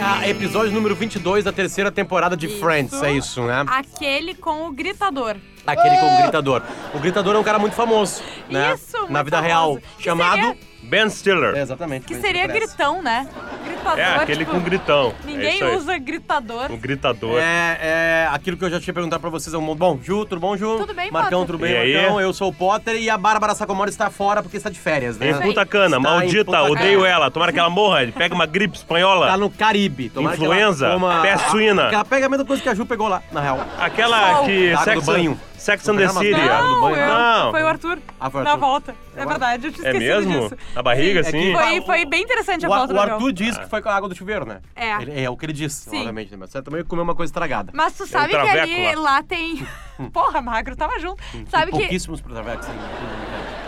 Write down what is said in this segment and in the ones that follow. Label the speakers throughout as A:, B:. A: Ah, episódio número 22 da terceira temporada de Friends, é isso, né?
B: Aquele com o gritador.
A: Aquele com o gritador. O gritador é um cara muito famoso, né?
B: Isso, muito
A: Na vida
B: famoso.
A: real.
B: Que
A: Chamado.
B: seria-
C: Ben Stiller.
A: É, exatamente.
B: Que
A: bem
B: seria
A: expresso.
B: gritão, né? Gritador.
C: É, aquele
B: tipo,
C: com gritão. é
B: Ninguém
C: isso aí.
B: usa gritador.
C: Um gritador.
A: É, é aquilo que eu já tinha perguntado pra vocês. é um- Bom, Ju, tudo bom, Ju?
B: Tudo bem,
A: Marcão,
B: Potter?
A: tudo bem,
C: E aí?
A: Marcão? Eu sou o Potter e a Bárbara Sacomori está fora porque está de férias, né?
C: Em Punta
A: Está
C: Cana,
A: em
C: maldita,
A: Punta Cana.
C: odeio ela. Tomara que ela morra. Ele pega uma gripe
A: Tá
C: espanhola.
A: no Caribe. Tomara que
C: Influenza,
A: ela coma-
C: pé suína.
A: Que Ela pega a mesma coisa que a Ju pegou lá, na real.
C: Aquela
B: Sol.
C: que.
A: Água do
C: Sex,
A: Tá banho.
C: Sex and the
A: Não,
C: City.
A: água do
B: Não,
A: banho, né?
B: eu-
C: não.
B: foi o Arthur.
A: Ah, foi o
B: na
A: Arthur.
B: volta. É verdade, eu tinha
C: É
B: esquecido
C: mesmo?
B: disso.
C: Na barriga,
A: Sim, é
C: assim?
A: que-
B: Foi, foi bem interessante a
A: O,
B: volta
A: o
B: do avião.
A: Arthur
C: É.
A: diz que foi com a água do chuveiro, né?
B: É.
A: Ele- é o que ele disse,
B: Sim.
A: obviamente. Mas você também comeu uma coisa estragada.
B: Mas tu sabe que
C: É um traveco
B: ali,
C: lá.
B: lá tem... Porra, magro, tava junto. Sabe que...
A: Pouquíssimos protagonistas.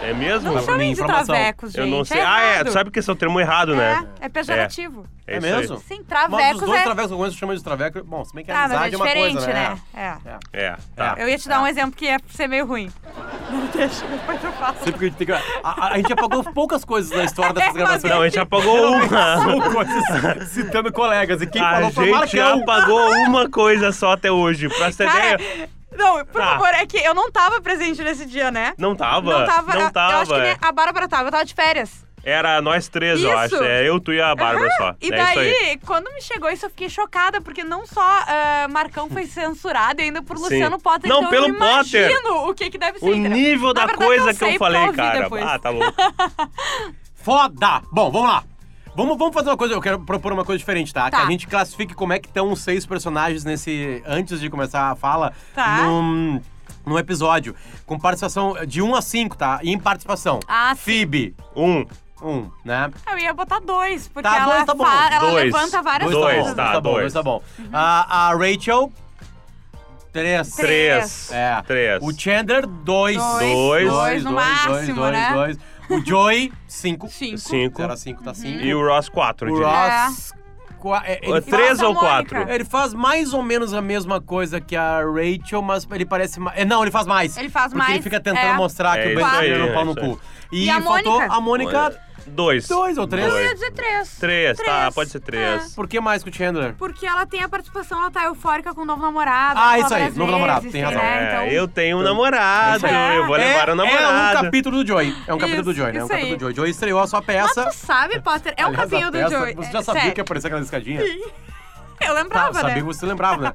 C: É mesmo?
B: Não chamem de
A: informação.
B: travecos, gente.
C: Eu não sei.
B: É
C: ah, é.
B: errado.
C: Tu sabe que esse é o termo errado, né?
B: É, é pejorativo.
C: É,
A: É
C: isso aí.
A: mesmo?
B: Sim,
A: Mas
B: travecos
A: os dois
B: é...
A: travecos, alguns chamam de traveco. Bom, se bem que a
B: Ah, mas é
A: amizade é, uma
B: diferente,
A: coisa,
B: né? É.
A: É.
C: É, tá.
A: É.
B: Eu ia te dar um exemplo que ia ser meio ruim. Não deixa, depois eu falo.
A: Sempre que a gente tem que... A, a- a gente apagou poucas coisas na história dessas
B: É,
A: gravações.
C: Não, a gente apagou uma.
A: São coisas citando colegas. E assim. quem
C: A
A: falou foi o
C: gente
A: Marcão.
C: apagou uma coisa só até hoje. Pra você ter
B: Cara,
C: ideia,
B: não, por
C: Tá.
B: favor, é que eu não tava presente nesse dia, né?
C: não tava.
B: Não tava.
C: Não
B: eu- Eu acho
C: tava,
B: que
C: é.
B: nem a Bárbara tava, eu tava de férias.
C: Era nós três, eu acho.
B: Isso.
C: É eu, tu e a Bárbara
B: Aham.
C: só.
B: E
C: é isso aí.
B: daí, quando me chegou isso, eu fiquei chocada, porque não só ah, Marcão foi censurado, e ainda por
C: Sim.
B: Luciano Potter.
C: Não,
B: então
C: pelo
B: eu
C: Potter.
B: imagino o que, que deve ser.
C: O
B: entendeu?
C: nível
B: Na
C: da
B: verdade,
C: coisa que
B: sei,
C: eu falei,
B: porque ouvi
C: cara.
B: depois.
C: Ah, tá louco.
A: Foda! Bom, vamos lá. Vamos, vamos fazer uma coisa, eu quero propor uma coisa diferente, tá?
B: Tá.
A: Que a gente classifique como é que estão os seis personagens nesse. antes de começar a fala.
B: Tá.
A: Num, num episódio. Com participação de 1 um a 5, tá? E em participação.
B: Ah, sim.
A: Phoebe,
C: Um.
A: 1, um, né?
B: Eu ia botar dois, porque
A: Tá,
B: ela,
A: dois tá bom.
B: fa- ela
C: Dois.
B: levanta várias
C: Dois,
B: coisas.
C: tá.
A: bom,
C: dois.
A: dois tá bom.
B: Uhum.
A: A, a Rachel, 3.
C: Três.
A: É.
C: Três.
A: O Chandler, 2.
B: Dois,
C: Dois.
B: dois no máximo, né?
A: O Joey, 5.
B: Cinco.
C: Cinco.
A: 0 a 5
B: Uhum.
A: tá 5.
C: E o Ross, quatro. eu
A: O
C: diria.
A: Ross. qua- é, ele
C: Uh,
A: faz-
C: Três
B: Nossa,
C: ou
B: Mônica.
C: quatro?
A: Ele faz mais ou menos a mesma coisa que a Rachel, mas ele parece mais. Não, ele faz mais.
B: Ele faz
A: porque
B: mais,
A: Ele fica tentando
B: é.
A: mostrar
C: É
A: que o
C: isso
A: Ben
C: aí,
A: Stiller é um
C: é
A: pau no
C: isso aí.
A: cu. E,
B: E a
A: faltou
B: Mônica?
A: a Mônica.
C: Dois.
A: Dois ou três?
B: Eu
C: Dois.
B: ia dizer três. É.
C: Três, tá, pode ser três.
A: Por que mais que o Chandler?
B: Porque ela tem a participação, ela tá eufórica com o novo namorado.
A: Ah,
B: ela
A: isso
B: fala
A: aí,
B: várias
A: novo namorado, tem
B: sim,
A: razão.
B: né?
C: É,
B: Então,
C: eu tenho um namorado,
B: É.
C: eu vou levar
A: é,
C: o
A: é um
C: namorado.
A: capítulo do Joey. É um capítulo do Joey, né? É um
B: isso aí.
A: capítulo do Joey. Joey estreou a sua
B: Mas
A: peça.
B: tu sabe, Potter, é um
A: Aliás, a
B: capinho do
A: peça,
B: Joey.
A: Você
B: É,
A: já sabia
B: sério.
A: que ia aparecer aquela escadinha?
B: Eu
A: Tá,
B: lembrava,
A: sabia
B: né?
A: que você lembrava, né?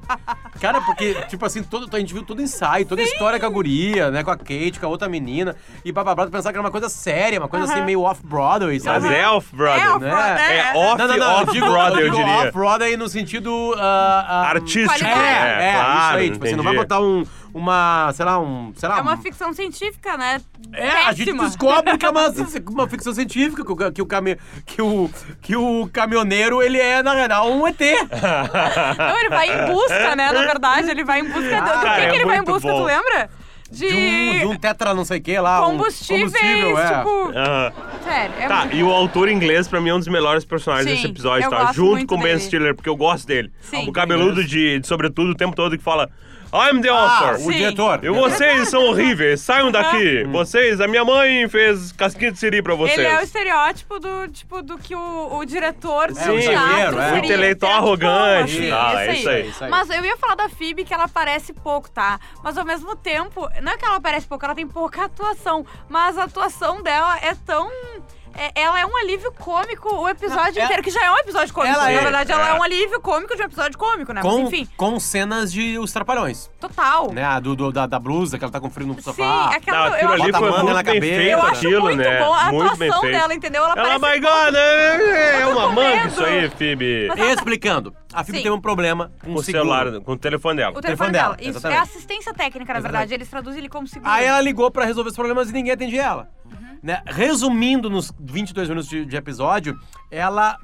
A: Cara, porque, tipo assim, todo, a gente viu todo ensaio, toda a história com a guria, né? Com a Kate, com a outra menina. E bababá, tu pensava que era uma coisa séria, uma coisa assim meio off-Broadway,
C: Mas
A: sabe?
C: é
B: É,
C: off-brother, né?
B: off-brother,
C: É
B: é.
C: off,
A: Não, não, não, eu digo,
C: off-brother, eu
A: eu digo
C: diria.
A: off-Broadway no sentido... ah, ah,
C: Artístico,
A: É,
B: É,
A: é, isso
C: claro,
A: aí. Tipo, você não vai
C: entendi.
A: botar um, uma, sei lá, um, sei lá...
B: É uma
A: um-
B: ficção científica, né?
A: É, a gente
B: Péssima.
A: descobre que é uma, uma ficção científica, que o, que, o cami- que, o, que o caminhoneiro, ele é, na real, um ET.
B: Não, ele vai em busca, né? Na verdade, ele vai em busca. do- do
A: Ah,
C: Cara,
B: que,
C: é
B: que ele vai em
C: muito
B: busca,
C: bom.
B: tu lembra?
A: De um, de um tetra não sei o que lá. um
B: combustíveis,
A: combustível, é.
B: tipo.
C: Aham.
B: Sério, é
C: Tá,
B: muito.
C: e o autor inglês, pra mim, é um dos melhores personagens
B: Sim,
C: desse episódio,
B: eu
C: tá?
B: gosto
C: Junto
B: muito
C: com o Ben
B: dele.
C: Stiller, porque eu gosto dele.
B: Sim.
C: O cabeludo de, de sobretudo, o tempo todo que fala I'm the
A: Ah,
C: author.
A: o
B: Sim.
A: diretor.
C: E vocês são horríveis, saiam daqui. Hum. Vocês, a minha mãe fez casquinha de siri pra vocês. Tá,
B: Ele é o estereótipo do tipo do que o, o diretor de
A: É, o
B: um teatro
A: engenheiro, é.
B: seria.
A: O
C: intelectual
B: Tipo,
C: arrogante,
B: assim,
C: tá, é isso aí.
A: Isso aí.
B: Mas eu ia falar da Phoebe que ela aparece pouco, tá? Mas ao mesmo tempo, não é que ela aparece pouco, ela tem pouca atuação, mas a atuação dela é tão é- ela é um alívio cômico o episódio
A: Não,
B: inteiro, que já é um episódio cômico.
A: Ela
B: na
A: é,
B: verdade, ela
C: é.
B: é um alívio cômico de um episódio cômico, né?
A: Com,
B: Mas enfim,
A: com cenas de Os Trapalhões.
B: total.
A: Né? A do, do- da, da blusa, que ela tá com frio no
B: Sim, é
A: sofá.
C: Não,
B: aquela
C: aquilo
B: eu,
C: ali
B: acho,
A: Bota a
C: foi
A: manga
C: muito
A: na
C: bem
A: cabeça.
C: feito,
B: eu acho
C: aquilo,
B: muito
C: né?
B: bom a
C: muito bem
B: atuação
C: feito.
B: dela, entendeu? Ela tá
C: Ela,
B: aparece
C: my God, é, é uma
B: com
C: manga
B: medo.
C: isso aí, Phoebe.
A: Explicando, a Phoebe
B: Sim.
A: teve um problema com
C: Com o
A: seguro.
C: celular, com o telefone dela.
B: O
A: telefone
B: telefone
A: dela,
B: dela. Isso.
A: exatamente.
B: É assistência técnica, na verdade. Eles traduzem ele como seguro.
A: Aí ela ligou pra resolver os problemas e ninguém atendia ela.
B: Uhum.
A: Né? Resumindo, nos 22 minutos de, de episódio, ela.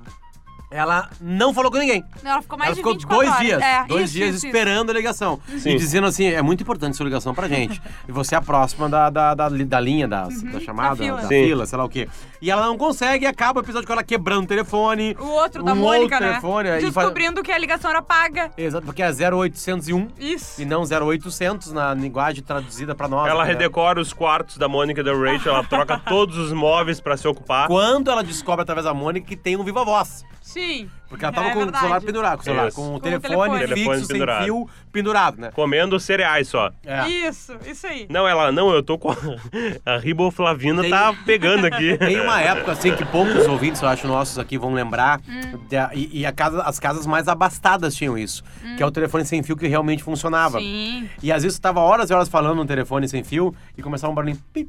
A: Ela não falou com ninguém.
B: Não, ela ficou mais
A: ela
B: de
A: ficou
B: 24
A: dois
B: horas.
A: dias.
B: É,
A: dois
B: isso,
A: dias
B: isso, isso.
A: esperando a ligação.
C: Sim.
A: E dizendo assim: é muito importante sua ligação pra gente. e você é a próxima da, da, da, li- da linha, da, da chamada, da
B: Uhum.
A: fila.
B: da fila.
C: Sim.
A: sei lá o quê. E ela não consegue e acaba o episódio com ela quebrando o telefone.
B: O outro da
A: um
B: Mônica,
A: outro
B: né?
A: telefone, aí faz-
B: Descobrindo que a ligação era paga.
A: Exato, porque é 0801
B: Isso.
A: e não 0800 na linguagem traduzida pra nós. né?
C: Ela
A: entendeu?
C: redecora os quartos da Mônica e da Rachel, ela troca todos os móveis pra se ocupar.
A: Quando ela descobre através da Mônica que tem um Viva Voz.
B: Sim.
A: Porque ela tava
B: é
A: com o
B: verdade.
A: celular pendurado, com o celular,
C: Isso.
A: com
B: Com
A: o
B: o
A: telefone,
B: telefone.
A: fixo,
C: Telefone
A: sem
C: pendurado.
A: fio, pendurado, né?
C: Comendo cereais só.
A: É.
B: Isso, isso aí.
C: Não, ela, não, eu tô com a, a riboflavina
A: Tem-
C: tá pegando aqui.
A: Tem uma época, assim, que poucos ouvintes, eu acho, nossos aqui vão lembrar,
B: Hum.
A: da- e, e a casa- as casas mais abastadas tinham isso, que é o telefone sem fio que realmente funcionava.
B: Hum. Sim.
A: E às vezes tu tava horas e horas falando no telefone sem fio e começava um barulhinho pip,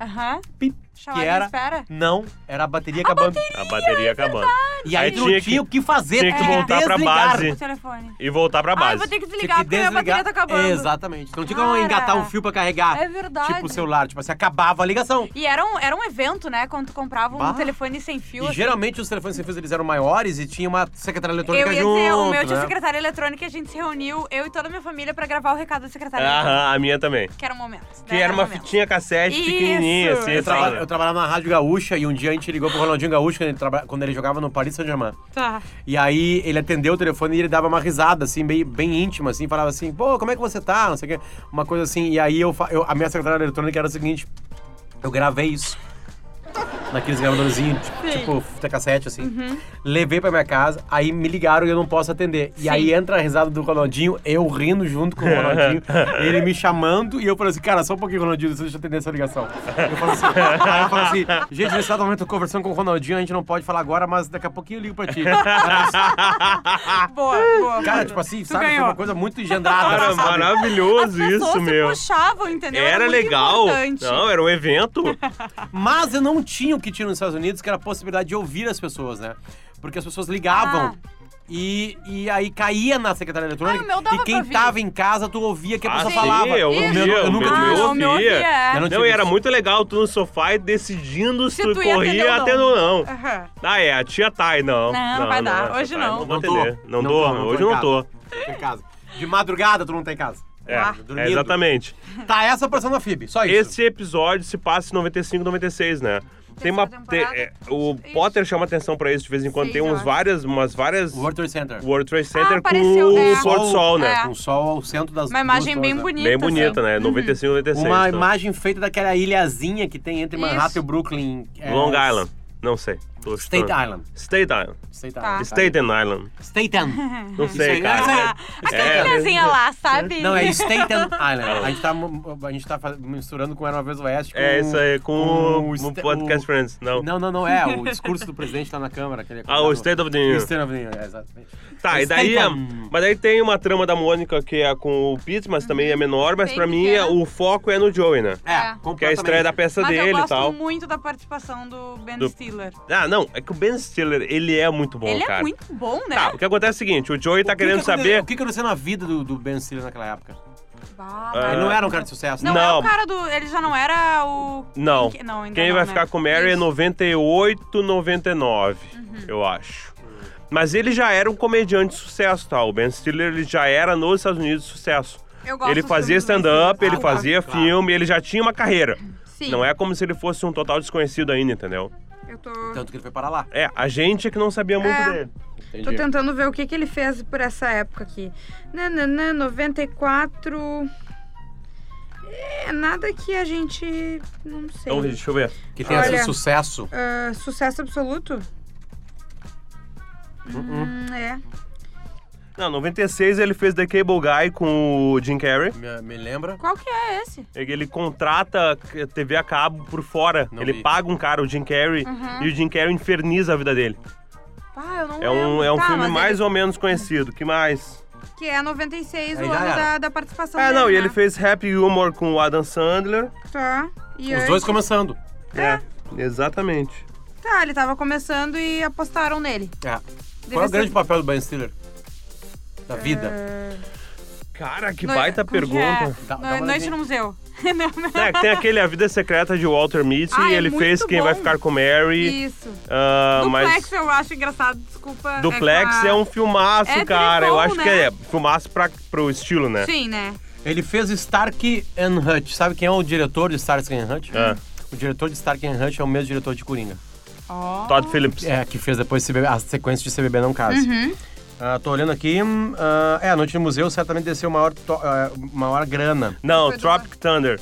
B: Aham.
A: pip,
B: Chamada
A: que era...
B: de espera. é
A: Não, era a bateria acabando.
C: A bateria acabando.
A: E aí,
C: Aí
A: tu não
C: tinha que-
A: tinha o que fazer,
C: tinha
A: tu
C: que
A: tinha
C: voltar pra
A: desligar.
C: base.
B: O telefone.
C: E voltar pra
B: Ah,
C: base.
B: eu vou ter que
A: Tinha
B: desligar porque minha bateria tá acabando.
A: Exatamente. Então não tinha como
B: Cara.
A: engatar um fio pra carregar.
B: É verdade.
A: Tipo o celular, tipo assim, acabava a ligação.
B: E era um, era um evento, né? Quando tu comprava um
A: Bah.
B: telefone sem fio.
A: E
B: assim.
A: geralmente os telefones sem fios eles eram maiores e tinha uma secretária eletrônica
B: Eu ia
A: junto,
B: dizer, o meu tinha
A: né?
B: secretária eletrônica e a gente se reuniu, eu e toda a minha família, pra gravar o recado da secretária eletrônica.
C: Aham, a minha também.
B: Que era um momento. né?
C: Que era uma
B: um momento.
C: fitinha cassete
B: Isso.
C: pequenininha, assim.
A: Eu,
B: Eu
A: traba-
C: sabe?
A: eu trabalhava na Rádio Gaúcha e um dia a gente ligou pro Ronaldinho Gaúcho quando ele, traba- quando ele jogava no Paris Saint-Germain.
B: Tá.
A: E aí ele atendeu o telefone e ele dava uma risada, assim, bem, bem íntima, assim, falava assim, pô, como é que você tá? Não sei o quê. Uma coisa assim. E aí eu, fa- eu- a minha secretária eletrônica era o seguinte: eu gravei isso. Naqueles gravadorzinhos, tipo,
B: Sim. Uhum.
A: tipo fita cassete, assim. Levei pra minha casa, aí me ligaram e eu não posso atender. E
B: Sim.
A: aí entra a risada do Ronaldinho, eu rindo junto com o Ronaldinho, ele me chamando e eu falei assim, cara, só um pouquinho, Ronaldinho, deixa eu atender essa ligação. Eu falo assim, aí eu falo assim, gente, nesse dado momento eu tô conversando com o Ronaldinho, a gente não pode falar agora, mas daqui a pouquinho eu ligo pra ti.
B: Boa, boa.
A: Cara, tipo assim,
B: Tu
A: sabe? Foi
B: ganhou.
A: uma coisa muito engendrada.
C: Cara,
A: sabe?
C: maravilhoso
B: As pessoas
C: isso,
B: se
C: meu.
B: puxavam, entendeu?
C: Era
B: muito
C: legal.
B: importante.
C: Não, era um evento.
A: Mas eu não tinha o que tinha nos Estados Unidos, que era a possibilidade de ouvir as pessoas, né? Porque as pessoas ligavam. E, e aí caía na secretária eletrônica.
B: Ah, o meu dava
A: e quem
B: pra ouvir.
A: tava em casa, tu ouvia que a
C: Ah,
A: pessoa
C: sim,
A: falava.
C: eu
A: O
C: ouvia,
A: eu
C: o
A: nunca
C: meu
A: tive
B: ah,
A: isso.
B: o meu
C: ouvia.
B: ouvia. é.
A: Eu não
C: Não,
A: tive
C: e era
A: isso.
C: muito legal tu no sofá e decidindo se,
B: Se tu ia
C: corria
B: atender ou
C: atendendo ou não.
B: Aham.
C: Ah, é, a tia Thay, não.
B: Não, vai dar.
C: a
B: Hoje
C: tia Thay,
B: não.
C: Não vou
A: Não tô.
C: atender. Não,
A: Não
C: tô,
A: tô, não tô
C: hoje
A: em
C: eu não
A: casa.
C: tô.
A: Tô em casa. De madrugada, tu não tá em casa.
C: É,
B: Ah.
A: Dormindo.
C: é, exatamente.
A: Tá essa a porção da FIB, só
B: É
A: isso.
C: Esse episódio se passa em 95, 96, né? Tem uma. Tem,
B: temporada.
C: é, o
B: Ixi.
C: Potter chama atenção pra isso de vez em
B: Seis
C: quando. Tem uns
B: horas.
C: várias, umas várias
A: World Trade Center.
C: World Trade Center
B: Ah, apareceu,
C: com o
B: é.
C: pôr do sol, né?
B: É.
A: Com o sol ao centro das
B: Uma imagem
A: duas torres,
B: bem
A: né?
B: bonita.
C: Bem bonita,
B: assim.
C: né? 95, 96.
A: Uma
C: então.
A: imagem feita daquela ilhazinha que tem entre Manhattan
B: Isso.
A: e Brooklyn. é,
C: Long Island. Não sei. Tô
A: State
C: chutando.
A: Island.
C: State Island.
A: State
B: Tá. Uhum.
A: Island.
C: Staten Island.
A: Staten.
C: Não
A: Isso
C: sei,
A: aí,
C: cara.
A: isso
B: é,
A: aí.
B: Aquela ilhazinha lá, sabe?
A: É, Não, é Staten Island. A gente tá, mu- a gente tá fa- misturando com Era Uma Vez Oeste. Com,
C: É isso aí, com o- o
A: Sta-
C: Podcast
A: o-
C: Friends, não.
A: Não, não, não é. O discurso do presidente lá na Câmara. aquele-
C: Ah, o State of the Union.
A: O State of the Union, é, exatamente.
C: Tá, e daí.
A: Staten.
C: a- Mas daí tem uma trama da Mônica que é com o Pitts, mas
B: Uhum.
C: também é menor, mas
B: Bem
C: pra mim
B: pequena.
C: o foco é no Joey, né?
A: É,
B: É.
A: completamente.
C: Que é a estreia da peça
B: né? Mas eu
C: dele e
B: gosto
C: tal.
B: muito da participação do Ben
C: Do-
B: Stiller.
C: Ah, não, é que o Ben Stiller, ele é muito bom,
B: Ele
C: cara.
B: é muito bom, né?
C: Tá, o que acontece é o seguinte, o Joey
A: O
C: tá
A: que
C: querendo
A: que aconte-
C: saber...
A: O que que aconteceu na vida do, do Ben Stiller naquela época?
B: Bah,
C: Ah.
A: Ele não
B: mas-
A: era um cara de sucesso,
B: Não,
A: né?
B: é o
C: Não.
B: cara do. Ele já não era o.
C: Não,
B: Quem, não, ainda
C: quem
B: não,
C: vai
B: né? Uhum.
C: ficar com o Mary é
B: Isso.
C: 98, 99, eu acho. Mas ele já era um comediante de sucesso, tá? O Ben Stiller, ele já era nos Estados Unidos de sucesso.
B: Eu gosto
C: ele
B: dos
C: fazia
B: filmes do Ben
C: stand-up,
B: Stiller.
C: ele
B: Ah,
C: fazia
A: claro.
C: filme, ele já tinha uma carreira.
B: Sim.
C: Não é como se ele fosse um total desconhecido ainda, entendeu?
B: Eu tô.
A: Tanto que ele foi parar lá.
C: É, a gente é que não sabia muito
B: É.
C: dele.
B: Tô tentando ver o que, que ele fez por essa época aqui. Nananã, 94. É nada que a gente. Não sei.
C: Então, deixa eu ver.
A: Que tenha sido
B: Olha.
A: sucesso.
B: Ah, sucesso absoluto?
C: Uh-uh.
B: Hum, é.
C: Não, 96 ele fez The Cable Guy com o Jim Carrey.
A: Me, me lembra?
B: Qual que é esse?
C: É que Ele contrata TV a cabo por fora.
A: Não
C: ele
A: vi.
C: paga um cara, o Jim Carrey, e o Jim Carrey inferniza a vida dele.
B: Ah, eu não
C: É um,
B: lembro.
C: é um
B: Tá,
C: filme
B: mas
C: mais
B: ele-
C: ou menos conhecido. Que mais?
B: Que é 96,
A: Aí
B: o
A: já
B: ano
A: era.
B: da, da participação
C: Ah,
B: dele,
C: não, e
B: né?
C: ele fez Happy Humor com o Adam Sandler.
B: Tá. E
A: Os
B: aí-
A: dois começando.
C: É, exatamente.
B: Tá, ele tava começando e apostaram nele.
A: É.
B: Deve
A: Qual é o
B: ser- É.
A: grande papel do Ben Stiller? Da vida?
C: Cara, que
B: Noi-
C: baita
B: como que
C: pergunta.
B: é?
A: Dá- dá
B: Noi-
A: uma
B: Noite
A: olhadinha.
B: no museu.
C: É, que tem aquele A Vida Secreta de Walter Mitty,
B: Ah,
C: e
B: é
C: ele
B: muito
C: fez Quem
B: bom.
C: Vai Ficar com Mary.
B: Isso.
C: ah,
B: Duplex
C: mas
B: eu acho engraçado, desculpa.
C: Duplex
B: com a-
C: é um filmaço,
B: É
C: cara. Eu
B: bom,
C: acho
B: né?
C: que é filmaço pra, pro estilo, né?
B: Sim, né?
A: Ele fez Stark and Hutch. Sabe quem é o diretor de Stark and Hutch?
C: É.
A: O diretor de Stark and Hutch é o mesmo diretor de Coringa.
B: Ó.
C: Todd Phillips.
A: É, que fez depois CBB, a sequência de CBB Não Case.
B: Uhum.
A: Ah, tô olhando aqui. hum, ah, é, a Noite no Museu certamente desceu maior, to- ah, maior grana.
C: Não,
B: Foi do-
C: Tropic Thunder.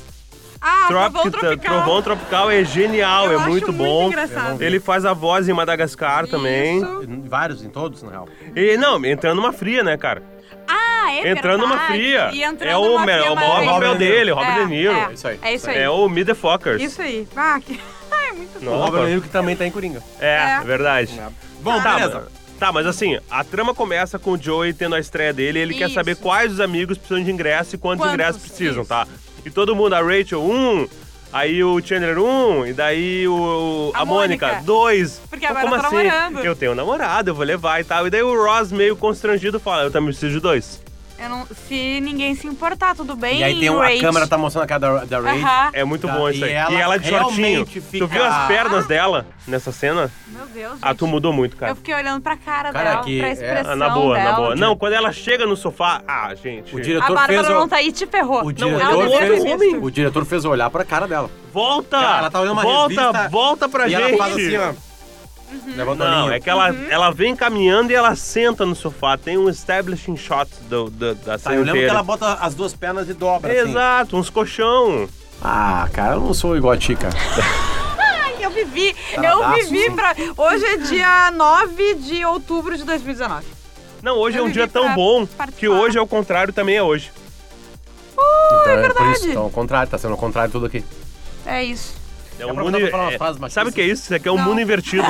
B: Ah, Trovão
C: Tropic-
B: Tropical.
C: Trovão Tropical é genial,
B: Eu
C: é
B: acho
C: muito
B: muito
C: bom.
B: engraçado.
C: Ele faz a voz em Madagascar também.
B: Isso.
A: Em Vários, em todos, na real.
C: E não, entrando numa fria, né, cara?
B: Ah, é
C: Entrando
B: verdade.
C: numa fria.
B: E entrando
C: É o
B: numa
C: me-
B: fria
C: é o maior
B: maravilhosa.
A: papel
C: dele, o Robert De Niro.
B: É,
A: Isso aí.
B: É isso aí.
C: É o Me The Fockers.
B: Isso aí. Ah, que... é muito
A: O
C: Nossa.
A: Robert De Niro que também tá em Coringa.
C: É,
B: É. Ah,
C: verdade.
A: Bom,
C: Tá,
A: beleza.
C: mas- tá, mas assim, a trama começa com o Joey tendo a estreia dele, ele quer
B: Isso.
C: saber quais os amigos precisam de ingresso e quantos,
B: Quantos,
C: ingressos precisam,
B: isso.
C: tá? E todo mundo, a Rachel, um, aí o Chandler, um, e daí o, a,
B: A
C: Mônica,
B: Mônica.
C: dois.
B: Porque
C: Pô,
B: agora
C: Como
B: tá
C: assim?
B: namorando.
C: Eu tenho um namorado, eu vou levar e tal. E daí o Ross, meio constrangido, fala, eu também preciso de dois.
B: Eu não- se ninguém se importar, tudo bem.
A: E aí tem um, a
B: Rach?
A: câmera tá mostrando a cara da, da Ray.
B: Aham.
C: É muito
A: Tá,
C: bom isso
A: e
C: aí.
A: ela
C: e ela de shortinho.
A: realmente
C: Tu viu as
A: fica- Ah.
C: pernas dela nessa cena?
B: Meu Deus,
C: Ah,
B: gente.
C: tu mudou muito, cara.
B: Eu fiquei olhando pra cara,
A: Cara,
B: dela,
A: que-
B: pra
A: é.
B: expressão
C: Ah, na boa,
B: dela.
C: na boa. Não, quando ela chega no sofá, ah, gente.
A: O
B: A
A: diretor
B: Bárbara
A: fez.
B: não
A: eu-
B: tá aí e te
A: O
B: ferrou.
C: ela
A: diretor
C: não é
A: fez.
C: um homem.
A: O diretor fez eu olhar pra cara dela.
C: Volta!
A: Cara, ela tá olhando uma
C: volta,
A: revista
C: volta pra
A: e
C: gente.
A: ela faz assim, ó.
B: Uhum.
A: Levanta a
C: Não,
A: linha.
C: é que ela, ela vem caminhando e ela senta no sofá. Tem um establishing shot do, do- da
A: Tá,
C: cena
A: eu lembro que
C: inteira.
A: ela bota as duas pernas e dobra, assim.
C: Exato, uns colchão.
A: Ah, cara, eu não sou igual a Tica.
B: Ai, eu vivi. eu
A: Taradaço,
B: vivi
A: sim.
B: pra. Hoje é dia 9 de outubro de 2019.
C: Não, hoje
B: Eu
C: é um
B: vivi
C: dia tão
B: pra
C: bom
B: participar.
C: que hoje é o contrário também é hoje.
A: então, é por
B: Uh, verdade.
A: isso, então, ao contrário, tá sendo o contrário tudo aqui.
B: É isso.
C: É
A: Quer
C: um mundo
A: aproveitar pra falar umas
C: é-
A: frases machistas?
C: Sabe o que é isso? Isso aqui é um
B: Não.
C: mundo invertido.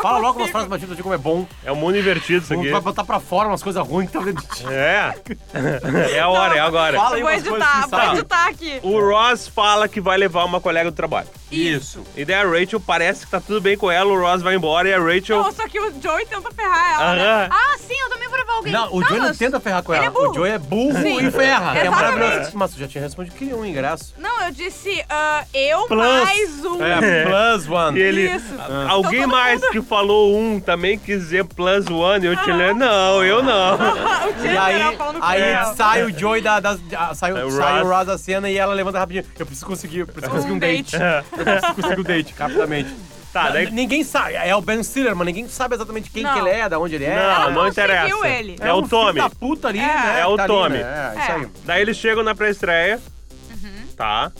A: Fala logo umas frases batidas de como é bom.
C: É um mundo invertido isso
A: Como tu vai
C: aqui.
A: botar pra fora umas coisas ruins que tá dentro de ti.
C: É. É a hora, é agora.
A: Fala aí
B: Vou
A: umas coisas
B: editar,
A: que
B: vou
A: sabe.
B: editar aqui.
C: O Ross fala que vai levar uma colega do trabalho.
A: Isso.
C: E daí a Rachel parece que tá tudo bem com ela, o Ross vai embora e a Rachel.
B: Não, só que o Joey tenta ferrar ela.
C: Aham.
B: Né? Ah, sim, eu também vou levar alguém.
A: Não, o
B: Tá,
A: Joey não
B: mas-
A: tenta ferrar com
B: ele
A: ela.
B: é burro.
A: O Joey é burro e ferra. que É
B: Exatamente.
A: maravilhoso. Mas tu já tinha respondido, queria um ingresso.
B: Não, eu disse ah, eu
C: Plus.
B: mais um.
A: É, plus
C: E
A: one.
C: ele.
B: Isso.
C: Ah, Alguém
B: Então todo
C: mais
B: mundo-
C: que falou um também quis dizer plus one, eu te lembro. Não, eu não.
B: o
A: E
B: Chandler
A: aí,
B: era pau no cu.
A: aí sai o Joey da. da- da- sai,
C: É o
A: o sai o
C: Ross.
A: Ross da cena e ela levanta rapidinho. Eu preciso conseguir, eu preciso conseguir um,
B: Um
A: date.
B: date.
C: É,
A: Eu preciso conseguir um date, rapidamente.
C: tá, daí.
A: Ninguém sabe. É o Ben Stiller, mas ninguém sabe exatamente quem
B: Não.
A: que ele é, da onde ele é.
C: Não, não
B: não
C: interessa.
B: seguiu ele.
C: É o
A: um
C: Tommy.
A: filho da puta ali,
B: É.
A: né?
C: É o
A: Tá ali,
C: Tommy.
A: né? É, isso
B: É.
A: aí.
C: Daí eles chegam na pré-estreia.
B: Uhum.
C: Tá.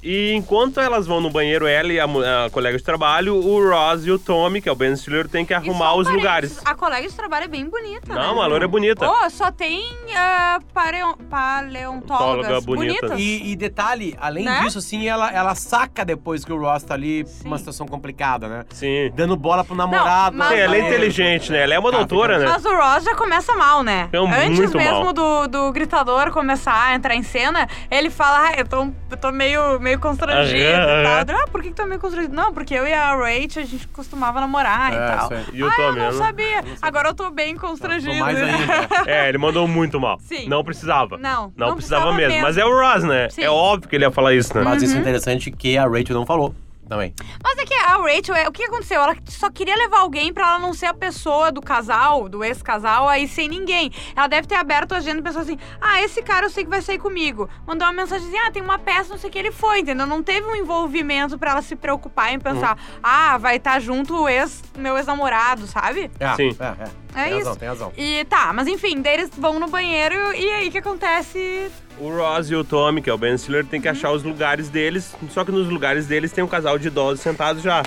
C: E enquanto elas vão no banheiro, ela e a, mu- a colega de trabalho, o Ross e o Tommy, que é o Ben Stiller, tem que
B: E só
C: arrumar os
B: parênteses,
C: lugares.
B: A colega de trabalho é bem bonita, né?
C: Não, a loira é bonita.
B: Oh, só tem ah, pareo- paleontólogas
C: Ontóloga bonita.
B: bonitas.
A: E, e detalhe, além
B: Né?
A: disso, assim, ela, ela saca depois que o Ross tá ali
B: Sim.
A: numa situação complicada, né?
C: Sim.
A: Dando bola pro namorado.
B: mas-
C: Sim, ela é
B: Ah,
C: inteligente, né? Ela é uma
A: Tá,
C: doutora, né?
B: Mas o Ross já começa mal, né?
C: É
B: Antes
C: muito
B: mesmo
C: mal.
B: Do, do gritador começar a entrar em cena, ele fala: Ah, eu tô, eu tô meio, meio constrangido
C: Aham,
B: e tal.
C: aham.
B: Eu digo, Ah, por que, que tá meio constrangido? Não, porque eu e a Rachel a gente costumava namorar
A: É,
B: e tal.
A: isso aí.
C: E o
B: ah,
C: Tommy,
B: eu
C: né?
B: não sabia. Agora eu tô bem
A: Tô
B: constrangido.
A: mais ainda.
C: É, ele mandou muito mal.
B: Sim.
C: Não precisava.
B: Não,
C: Não,
B: não
C: precisava,
B: precisava
C: mesmo.
B: mesmo.
C: Mas é o Ross, né?
B: Sim. Hum.
C: É óbvio que ele ia falar isso, né?
A: Mas isso
B: Uhum.
A: é interessante que a Rachel não falou também.
B: Mas é que a Rachel, é- o que aconteceu? Ela só queria levar alguém pra ela não ser a pessoa do casal, do ex-casal, aí sem ninguém. Ela deve ter aberto a agenda e pensou assim: ah, esse cara eu sei que vai sair comigo. Mandou uma mensagem assim: ah, tem uma peça, não sei o que ele foi, entendeu? Não teve um envolvimento pra ela se preocupar em pensar: ah, vai estar junto o ex, meu ex-namorado, sabe?
A: É,
C: Sim.
A: É, é.
B: É
A: tem razão,
B: isso.
A: tem razão.
B: E tá, mas enfim, daí eles vão no banheiro e aí o que acontece?
C: O Ross e o Tommy, que é o Ben Stiller, tem que
B: Uhum.
C: achar os lugares deles. Só que nos lugares deles tem um casal de idosos sentados já.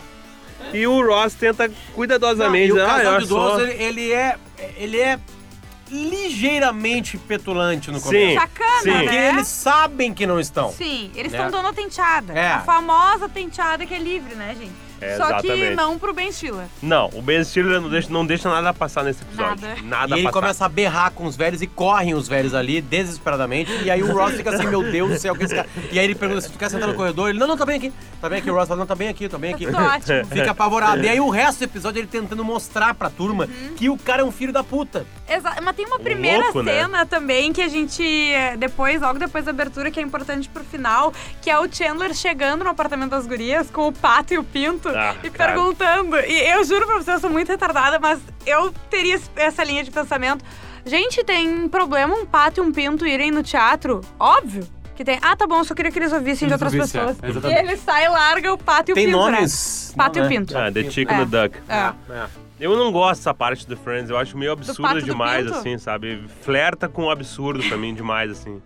C: E o Ross tenta cuidadosamente.
A: e o
C: ah,
A: casal de
C: olha só.
A: idosos, ele, ele é... Ele é ligeiramente petulante no
C: Sim.
A: começo.
B: Sacana,
C: Sim.
A: Porque
B: né?
A: eles sabem que não estão.
B: Sim, eles
A: Né?
B: estão dando a tenteada.
A: É.
B: A famosa tenteada que é livre, né, gente?
C: É,
B: Só
C: exatamente.
B: que não pro Ben Stiller.
C: Não, o Ben Stiller não deixa, não deixa nada passar nesse episódio.
B: Nada.
A: E
C: Nada
A: ele
C: passar.
A: começa a berrar com os velhos e correm os velhos ali, desesperadamente. E aí o Ross fica assim, meu Deus do céu, que esse cara... E aí ele pergunta assim, tu quer sentar no corredor? Ele, não, não, tá bem aqui. Tá bem aqui, o Ross fala, não, tá bem aqui, tá bem aqui.
B: Tá tudo ótimo.
A: Fica apavorado. E aí o resto do episódio ele tentando mostrar pra turma
B: Uhum.
A: que o cara é um filho da puta.
B: Exa- Mas tem uma primeira
C: louco, né?
B: cena também que a gente, eh, depois, logo depois da abertura, que é importante pro final, que é o Chandler chegando no apartamento das gurias com o pato e o pinto
C: Ah,
B: e
C: cara.
B: perguntando. E eu juro pra você, eu sou muito retardada, mas eu teria esse- essa linha um de pensamento. Gente, tem problema um pato e um pinto irem no teatro? Óbvio. que que tem. Ah, tá bom, só queria que eles ouvissem de
A: Eles
B: outras
A: ouvissem, é,
B: pessoas. E
A: exatamente.
B: ele sai, larga o pato e o
A: Tem
B: pinto. né?
A: nomes?
B: Pato
A: Não,
B: e o
A: né?
B: pinto.
C: Ah, The Chicken
B: É.
C: and the Duck.
B: É.
C: Eu não gosto dessa parte do Friends, eu acho meio
B: pato
C: absurda
B: do
C: demais,
B: pinto?
C: assim, sabe? Flerta com o absurdo pra mim demais, assim.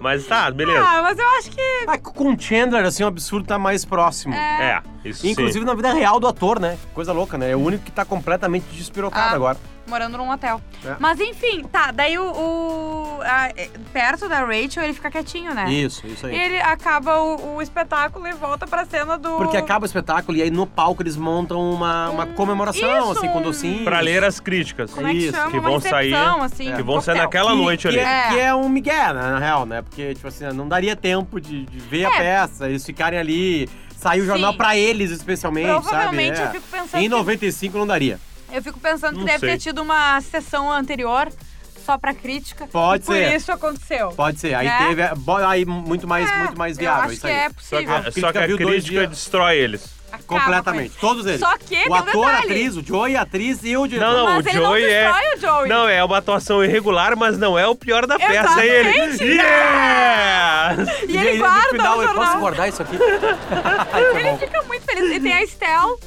C: Mas tá, beleza.
B: Ah, mas eu acho que.
A: Mas com o Chandler, assim, o absurdo tá mais próximo.
C: É, isso
A: Inclusive
C: sim.
A: na vida real do ator, né? Coisa louca, né? É o único que tá completamente despirocado
B: Ah.
A: agora.
B: Morando num hotel.
A: É.
B: Mas enfim, tá. Daí o. o- a- é, perto da Rachel, ele fica quietinho, né?
A: Isso, isso
B: E
A: aí.
B: ele acaba o, o espetáculo e volta pra cena do.
A: Porque acaba o espetáculo e aí no palco eles montam uma, uma comemoração,
B: isso,
A: assim, com
B: um-
A: docinhos.
C: Pra ler as críticas.
B: Como é que
A: Isso,
B: chama?
C: que
B: Uma
C: vão sair-
B: recepção, assim,
C: Que
B: um
C: vão sair
B: coquetel.
C: naquela noite
A: que
C: ali.
A: É,
B: É.
A: que é um migué, né, na real, né? Porque, tipo assim, não daria tempo de, de ver a
B: É.
A: peça, eles ficarem ali, sair o jornal
B: Sim.
A: pra eles especialmente,
B: Provavelmente
A: sabe? É.
B: eu fico pensando
A: Em
B: que-
A: 95 não daria.
B: Eu fico pensando que
C: Não
B: deve
C: sei.
B: ter tido uma sessão anterior só pra crítica.
A: Pode
B: e por
A: ser.
B: isso aconteceu.
A: Pode ser. Aí
B: Né?
A: teve. bo- Aí muito mais,
B: É,
A: muito mais
B: eu
A: viável
B: acho
A: isso
B: que
A: aí.
B: é
C: Só que,
B: possível.
A: A
C: só que
A: crítica
C: a
A: viu dois
C: crítica
A: dias.
C: destrói eles.
B: Acaba com
A: Completamente.
B: isso.
A: Todos eles.
B: Só que tem
A: O
B: um
A: ator, a
B: detalhe.
A: atriz, o Joey, a atriz e o diretor.
C: Não, não,
B: Mas
C: o
B: ele não
C: Joey é.
B: destrói o Joey.
C: Não, é uma atuação irregular, mas não é o pior da peça, é
B: Exatamente.
C: ele. Yeah!
B: E
A: aí,
B: ele
A: no
B: guarda
A: final,
B: o
A: eu posso
B: jornal.
A: guardar isso aqui? Ai, que
C: tá
B: Ele
A: bom.
B: fica muito feliz. E tem a Ah, Estel.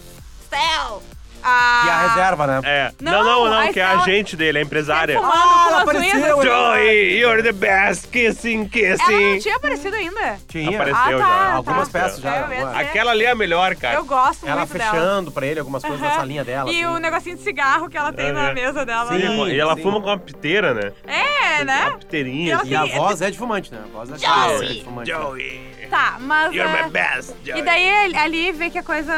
B: Estel! A...
A: E a reserva, né?
C: É. Não,
B: Não,
C: não, não,
B: a
C: que é a
B: Estela-
C: gente dele, a empresária.
B: Fumando
A: Ah, ela
B: com as unhas.
A: apareceu,
B: assim.
C: Joey, you're the best, kissing,
B: Ela não
C: kissing.
B: tinha aparecido ainda.
A: Tinha.
C: Apareceu.
B: ah, tá.
C: já.
A: Algumas
B: tá.
A: peças já,
B: Eu, ia
A: ué.
B: dizer.
C: Aquela ali é a melhor, cara.
B: eu gosto
A: Ela
B: muito dela.
A: fechando pra ele algumas coisas na
B: Aham.
A: salinha dela.
B: E
A: assim.
B: o negocinho de cigarro que ela tem
C: É,
B: na
C: é.
B: mesa dela.
A: Sim.
B: né?
C: E ela
A: sim.
C: fuma com uma piteira, né?
B: É,
C: Uma
B: né?
C: piteirinha.
B: Ela
C: assim.
A: E a
B: Sim,
A: voz é de fumante, né? A voz é clássica de fumante. né?
C: Joey,
B: Tá, mas.
C: you're
B: é,
C: my best, Joey.
B: E daí ele- ali vê que a coisa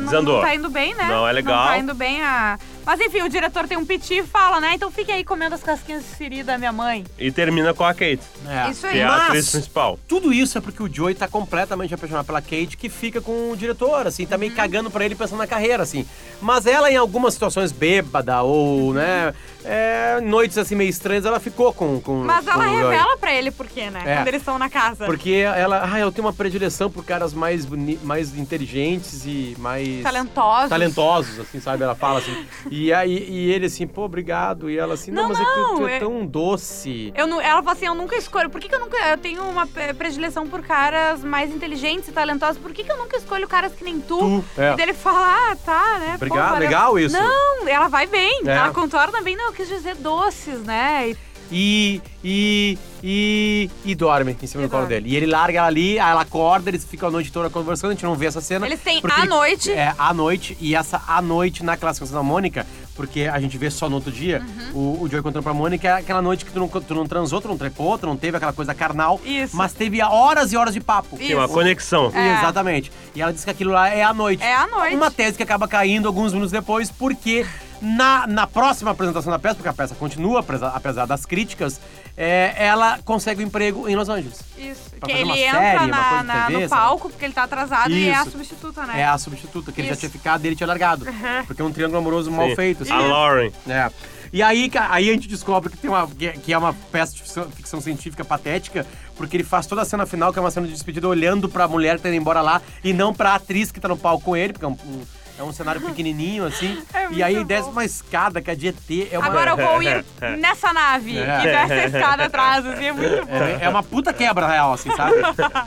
B: não,
C: Desandou.
B: não tá indo bem, né?
C: Não é legal.
B: Não tá indo bem a. Mas enfim, o diretor tem um piti e fala, né? Então fique aí comendo as casquinhas de siri da minha mãe.
C: E termina com a Kate,
A: É.
B: Isso
C: que
B: aí.
C: é a
A: Mas-
C: atriz principal.
A: Tudo isso é porque o Joey tá completamente apaixonado pela Kate, que fica com o diretor, assim, tá meio
B: Uhum.
A: cagando pra ele pensando na carreira, assim. Mas ela, em algumas situações bêbada ou, né, é, noites assim meio estranhas, ela ficou com, com
B: Mas ela
A: com o Joey.
B: revela pra ele por quê, né?
A: É.
B: Quando eles estão na casa.
A: Porque ela, ah, eu tenho uma predileção por caras mais, boni- mais inteligentes e mais...
B: Talentosos.
A: Talentosos, assim, sabe? Ela fala assim. E aí e ele assim, pô, obrigado. E ela assim, não,
B: Não,
A: mas é que
B: não,
A: tu, tu é
B: é-
A: tão doce.
B: Eu nu- ela fala assim, eu nunca escolho. Por que, que eu nunca. Eu tenho uma pe- predileção por caras mais inteligentes e talentosos. Por que, que eu nunca escolho caras que nem tu?
A: Tu, é.
B: E daí ele fala, ah, tá, né? pô,
A: Obrigado,
B: valeu.
A: legal isso.
B: Não, ela vai bem.
A: É.
B: Ela contorna bem, não, eu quis dizer doces, né? E
A: e, e, e, e dorme em cima
B: E
A: do colo
B: dorme.
A: dele. E ele larga ela ali, aí ela acorda, eles ficam a noite toda conversando, a gente não vê essa cena.
B: Eles têm
A: porque
B: à
A: ele-
B: noite.
A: É, à noite, e essa à noite tá na classificação da Mônica, porque a gente vê só no outro dia,
B: Uhum.
A: o, o Joey contando pra Mônica, é aquela noite que tu não, tu não transou, tu não trepou, tu não teve aquela coisa carnal,
B: Isso.
A: mas teve horas e horas de papo.
B: Isso.
C: Tem uma conexão.
B: É.
A: Exatamente. E ela disse que aquilo lá é à noite.
B: É à noite.
A: Uma tese que acaba caindo alguns minutos depois, porque na, na próxima apresentação da peça, porque a peça continua, apesar, apesar das críticas, é, ela consegue um emprego em Los Angeles.
B: Isso.
A: Pra
B: Que
A: fazer
B: ele
A: uma
B: entra
A: série, uma
B: na-
A: coisa de
B: na-
A: TV,
B: no
A: sabe?
B: palco porque ele tá atrasado e é a
A: Isso.
B: substituta,
A: É
B: né?
A: a substituta, que ele já
B: Isso.
A: tinha ficado e ele tinha largado. Porque é um triângulo amoroso mal
C: Sim.
A: feito. assim.
C: A Lauren.
A: É. E aí, ca- aí a gente descobre que, tem uma, que, que é uma peça de ficção, ficção científica patética, porque ele faz toda a cena final, que é uma cena de despedida, olhando pra mulher que tá indo embora lá e não pra atriz que tá no palco com ele, porque é um, um- é um cenário pequenininho, assim.
B: É
A: e aí
B: muito
A: desce
B: bom.
A: uma escada, que é de ET. É uma,
B: Agora eu vou ir nessa nave
A: É.
B: que desce a escada atrás, assim, é muito bom.
A: é, é uma puta quebra real, assim, sabe?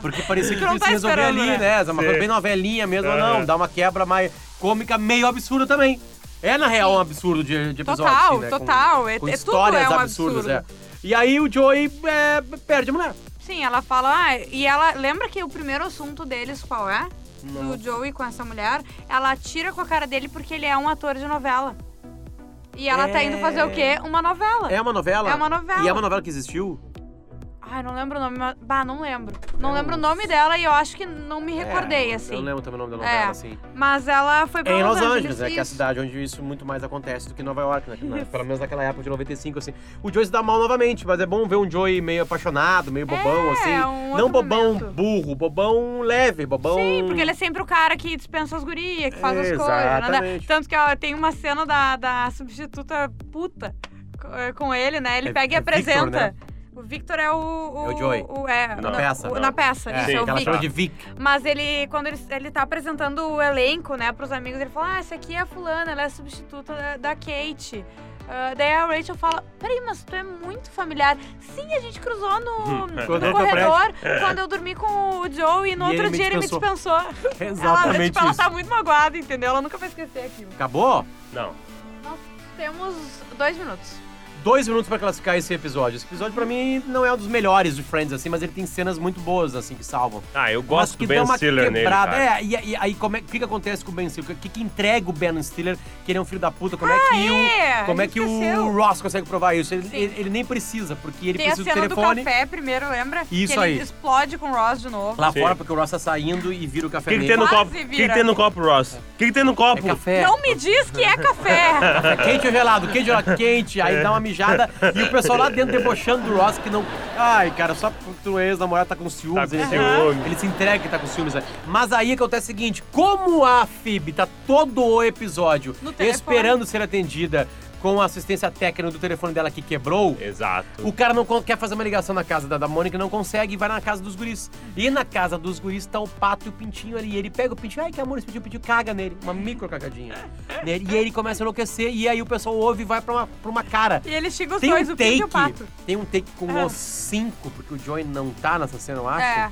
A: Porque parecia que
B: Tu não
A: eles
B: tá
A: se resolver ali,
B: esperando,
A: né?
B: né?
A: É uma coisa bem novelinha mesmo,
C: Aham.
A: não. Dá uma quebra mais cômica, meio absurda também. É, na real, um absurdo de, de episódio.
B: Total,
A: assim, né? Com-
B: total. É-
A: Com,
B: é- tudo
A: histórias
B: é um
A: absurdas,
B: absurdo.
A: é. E aí o Joey é, perde a mulher.
B: Sim, ela fala, ah, e ela lembra que o primeiro assunto deles qual é? Do Joey com essa mulher, ela tira com a cara dele porque ele é um ator de novela. E ela tá indo fazer o quê? Uma novela.
A: É uma novela?
B: É uma novela.
A: E é uma novela que existiu?
B: Ai, não lembro o nome, mas... Bah, não lembro. Não
A: É
B: lembro o
A: um-
B: nome dela e eu acho que não me recordei,
A: É,
B: assim.
A: Eu lembro também o nome da
B: É.
A: novela, assim.
B: Mas ela foi pra
A: É em Los Angeles, né?
B: isso.
A: Que é a cidade onde isso muito mais acontece do que em Nova York, né? na- Pelo menos naquela época de 95, assim. O Joey se dá mal novamente, mas é bom ver um Joey meio apaixonado, meio bobão, assim.
B: um outro
A: Não bobão
B: momento.
A: burro, bobão leve, bobão.
B: Sim, porque ele é sempre o cara que dispensa as gurias, que faz as coisas. Né?
A: Exatamente.
B: né? Tanto que ó, tem uma cena da, da substituta puta co- eh, com ele, né? Ele
A: É-
B: pega e
A: é Victor,
B: apresenta.
A: né?
B: O Victor é o. o
A: É o Joey.
B: é,
A: Na
B: no-
A: peça.
B: o- na peça,
A: É,
B: isso,
A: sim,
B: é o
A: aquela
B: Victor.
A: chama de Vic.
B: Mas ele, quando ele, ele tá apresentando o elenco, né, pros amigos, ele fala: Ah, essa aqui é a fulana, ela é a substituta da, da Kate. Ah, daí a Rachel fala: Peraí, mas tu é muito familiar. Sim, a gente cruzou no, no
A: Quando eu tô
B: corredor quando eu dormi com o Joe e no
A: É. E
B: outro
A: ele me
B: dia ele me dispensou. ela,
A: Exatamente
B: tipo, ela
A: isso.
B: tá muito magoada, entendeu? Ela nunca vai esquecer aquilo.
A: Acabou?
C: Não.
B: Nós temos dois minutos.
A: Dois minutos pra classificar esse episódio. Esse episódio, pra mim, não é um dos melhores de Friends, assim, mas ele tem cenas muito boas, assim, que salvam.
C: Ah, eu
A: Mas
C: gosto
A: que
C: do
A: dá
C: Ben
A: uma
C: Stiller nele,
A: quebrada.
C: cara.
A: É, e, e aí como é o que, que acontece com o Ben Stiller? O que, que entrega o Ben Stiller, que ele é um filho da puta? Como é que,
B: é,
A: o, como
B: a
A: é
B: gente
A: que o
B: esqueceu.
A: Ross consegue provar isso? Ele,
B: Sim.
A: ele- ele nem precisa, porque ele
B: Tem a
A: precisa do
B: cena do
A: telefone
B: café primeiro, lembra?
A: Isso
B: que
A: aí.
B: ele explode com o Ross de novo.
A: lá
C: Sim.
A: fora, porque o Ross tá saindo e vira o
C: O
A: café
C: que, que
A: nele.
C: tem no
B: Quase
C: copo? O que, que
B: vira.
C: tem no copo, Ross? O que, que tem no copo?
A: É café.
B: Não me diz que é café!
A: É quente ou gelado? Quente ou gelado? Quente. Aí dá uma mijada e o pessoal lá dentro debochando do Ross que não... Ai, cara, só porque o ex-namorado tá com ciúmes.
C: Tá com
A: ele,
C: ciúme.
A: ele se entrega que tá com ciúmes. né? Mas aí acontece o seguinte, como a Phoebe tá todo o episódio
B: No telefone.
A: esperando ser atendida com a assistência técnica do telefone dela que quebrou...
C: Exato.
A: O cara não con- quer fazer uma ligação na casa da, da Mônica, não consegue, e vai na casa dos guris. E na casa dos guris tá o pato e o pintinho ali. Ele pega o pintinho, ai que amor, esse pintinho, o pintinho caga nele, uma micro cagadinha. nele. E aí ele começa a enlouquecer, e aí o pessoal ouve e vai pra uma, pra uma cara.
B: e ele chega os
A: Tem
B: dois,
A: um
B: o Pinto e o
A: take,
B: Pato.
A: tem um take com
B: É.
A: os cinco, porque o Joey não tá nessa cena, eu acho.
B: É.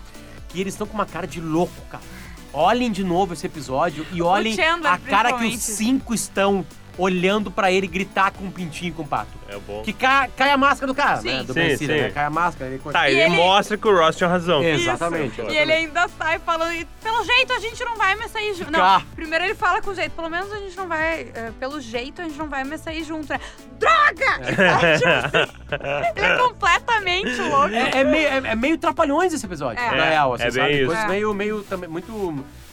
A: Que eles estão com uma cara de louco, cara. Olhem de novo esse episódio e olhem
B: Chandler,
A: a cara que os
B: principalmente.
A: cinco estão olhando pra ele gritar com o pintinho e com o pato.
C: É bom.
A: Que cai, cai a máscara do cara,
B: Sim.
A: né? Do
C: Sim,
A: Ben Stiller,
C: sim.
A: né? Cai a máscara, ele...
C: Tá,
B: E
C: ele,
B: ele-
C: mostra que o Ross tinha razão.
A: Exatamente.
B: E ele ainda sai falando, e pelo jeito a gente não vai mais sair junto. Não,
A: Ficar.
C: Tá.
B: primeiro ele fala com o jeito, pelo menos a gente não vai, eh, pelo jeito a gente não vai mais sair junto, né?
C: É.
B: Droga! E sai, tipo assim, ele é completamente louco.
A: É, é meio, é, é meio trapalhões esse episódio,
B: É.
A: na
C: É,
A: real, assim,
C: é
A: sabe?
C: bem isso.
A: Coisas
B: É.
A: meio, meio, também, muito...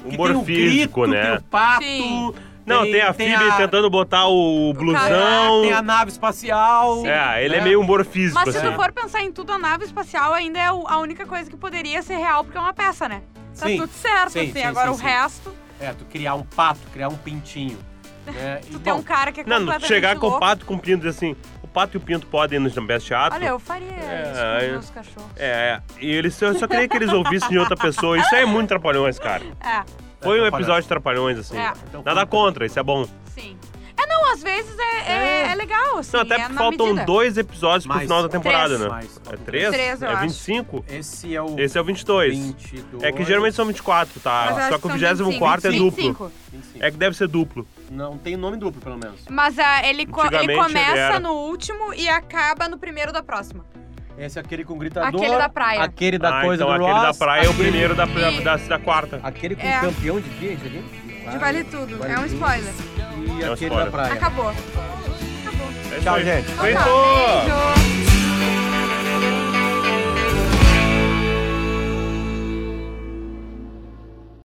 A: que
C: Humor
A: tem o
C: físico,
A: grito,
C: né?
A: Tem o pato... né?
B: Sim.
C: Não, tem, a Phoebe tentando botar o
B: caraca,
C: blusão.
A: Tem a nave espacial... né?
C: É, ele é meio humor físico,
B: Mas se
C: assim.
B: tu for pensar em tudo, a nave espacial ainda é o- a única coisa que poderia ser real, porque é uma peça, né? Tá
A: Sim.
B: tudo certo,
A: Sim,
B: assim.
A: sim,
B: Agora
A: sim,
B: o
A: sim.
B: resto,
A: É, tu criar um pato, criar um pintinho. Né? E,
B: tu tem
A: bom,
B: um cara que é
C: Não, não,
B: completamente
C: chegar com
B: louco.
C: o pato com o pinto e dizer assim, o pato e o pinto podem ir no Jambés Teatro.
B: Olha, eu faria isso
C: É,
B: com os
C: eu-
B: meus cachorros.
C: É, e eles, eu só queria que eles ouvissem de outra pessoa. Isso aí é muito Trapalhões, cara.
B: É,
C: Foi um
A: Trapalhões.
C: episódio de Trapalhões, assim.
B: É.
A: Então,
C: Nada contra, isso é bom.
B: sim. É, não, às vezes é, é- é legal, assim.
C: Não, até um
B: é
C: porque
B: na
C: faltam
B: medida.
C: dois episódios pro
A: Mais.
C: final da temporada,
B: Três.
C: né?
A: Mais.
C: É três?
B: Três, eu
C: é
B: acho.
C: 25?
A: Esse é o...
C: Esse é o 22.
A: 22.
C: É que geralmente são 24, tá?
B: Mas eu acho
C: Só que o
B: são
C: 24 é
B: 25.
C: duplo.
B: 25.
C: É que deve ser duplo.
A: Não tem nome duplo, pelo menos.
B: Mas ah, ele, co- ele
C: Antigamente ele
B: começa
C: era.
B: no último e acaba no primeiro da próxima.
A: Esse é aquele com gritador.
B: Aquele da praia.
A: Aquele da
C: ah,
A: coisa
C: então
A: do
C: aquele
A: Ross,
C: da praia é o
A: aquele-
C: primeiro da, da, da, da quarta.
A: Aquele com
B: É.
A: campeão de quê? esse aqui?
B: De vale tudo. é um spoiler.
A: E
C: É
A: aquele
C: um spoiler.
A: da praia.
B: Acabou.
C: É isso
A: Tchau,
C: aí.
A: gente.
B: Então tá,
C: Feito!
B: beijo!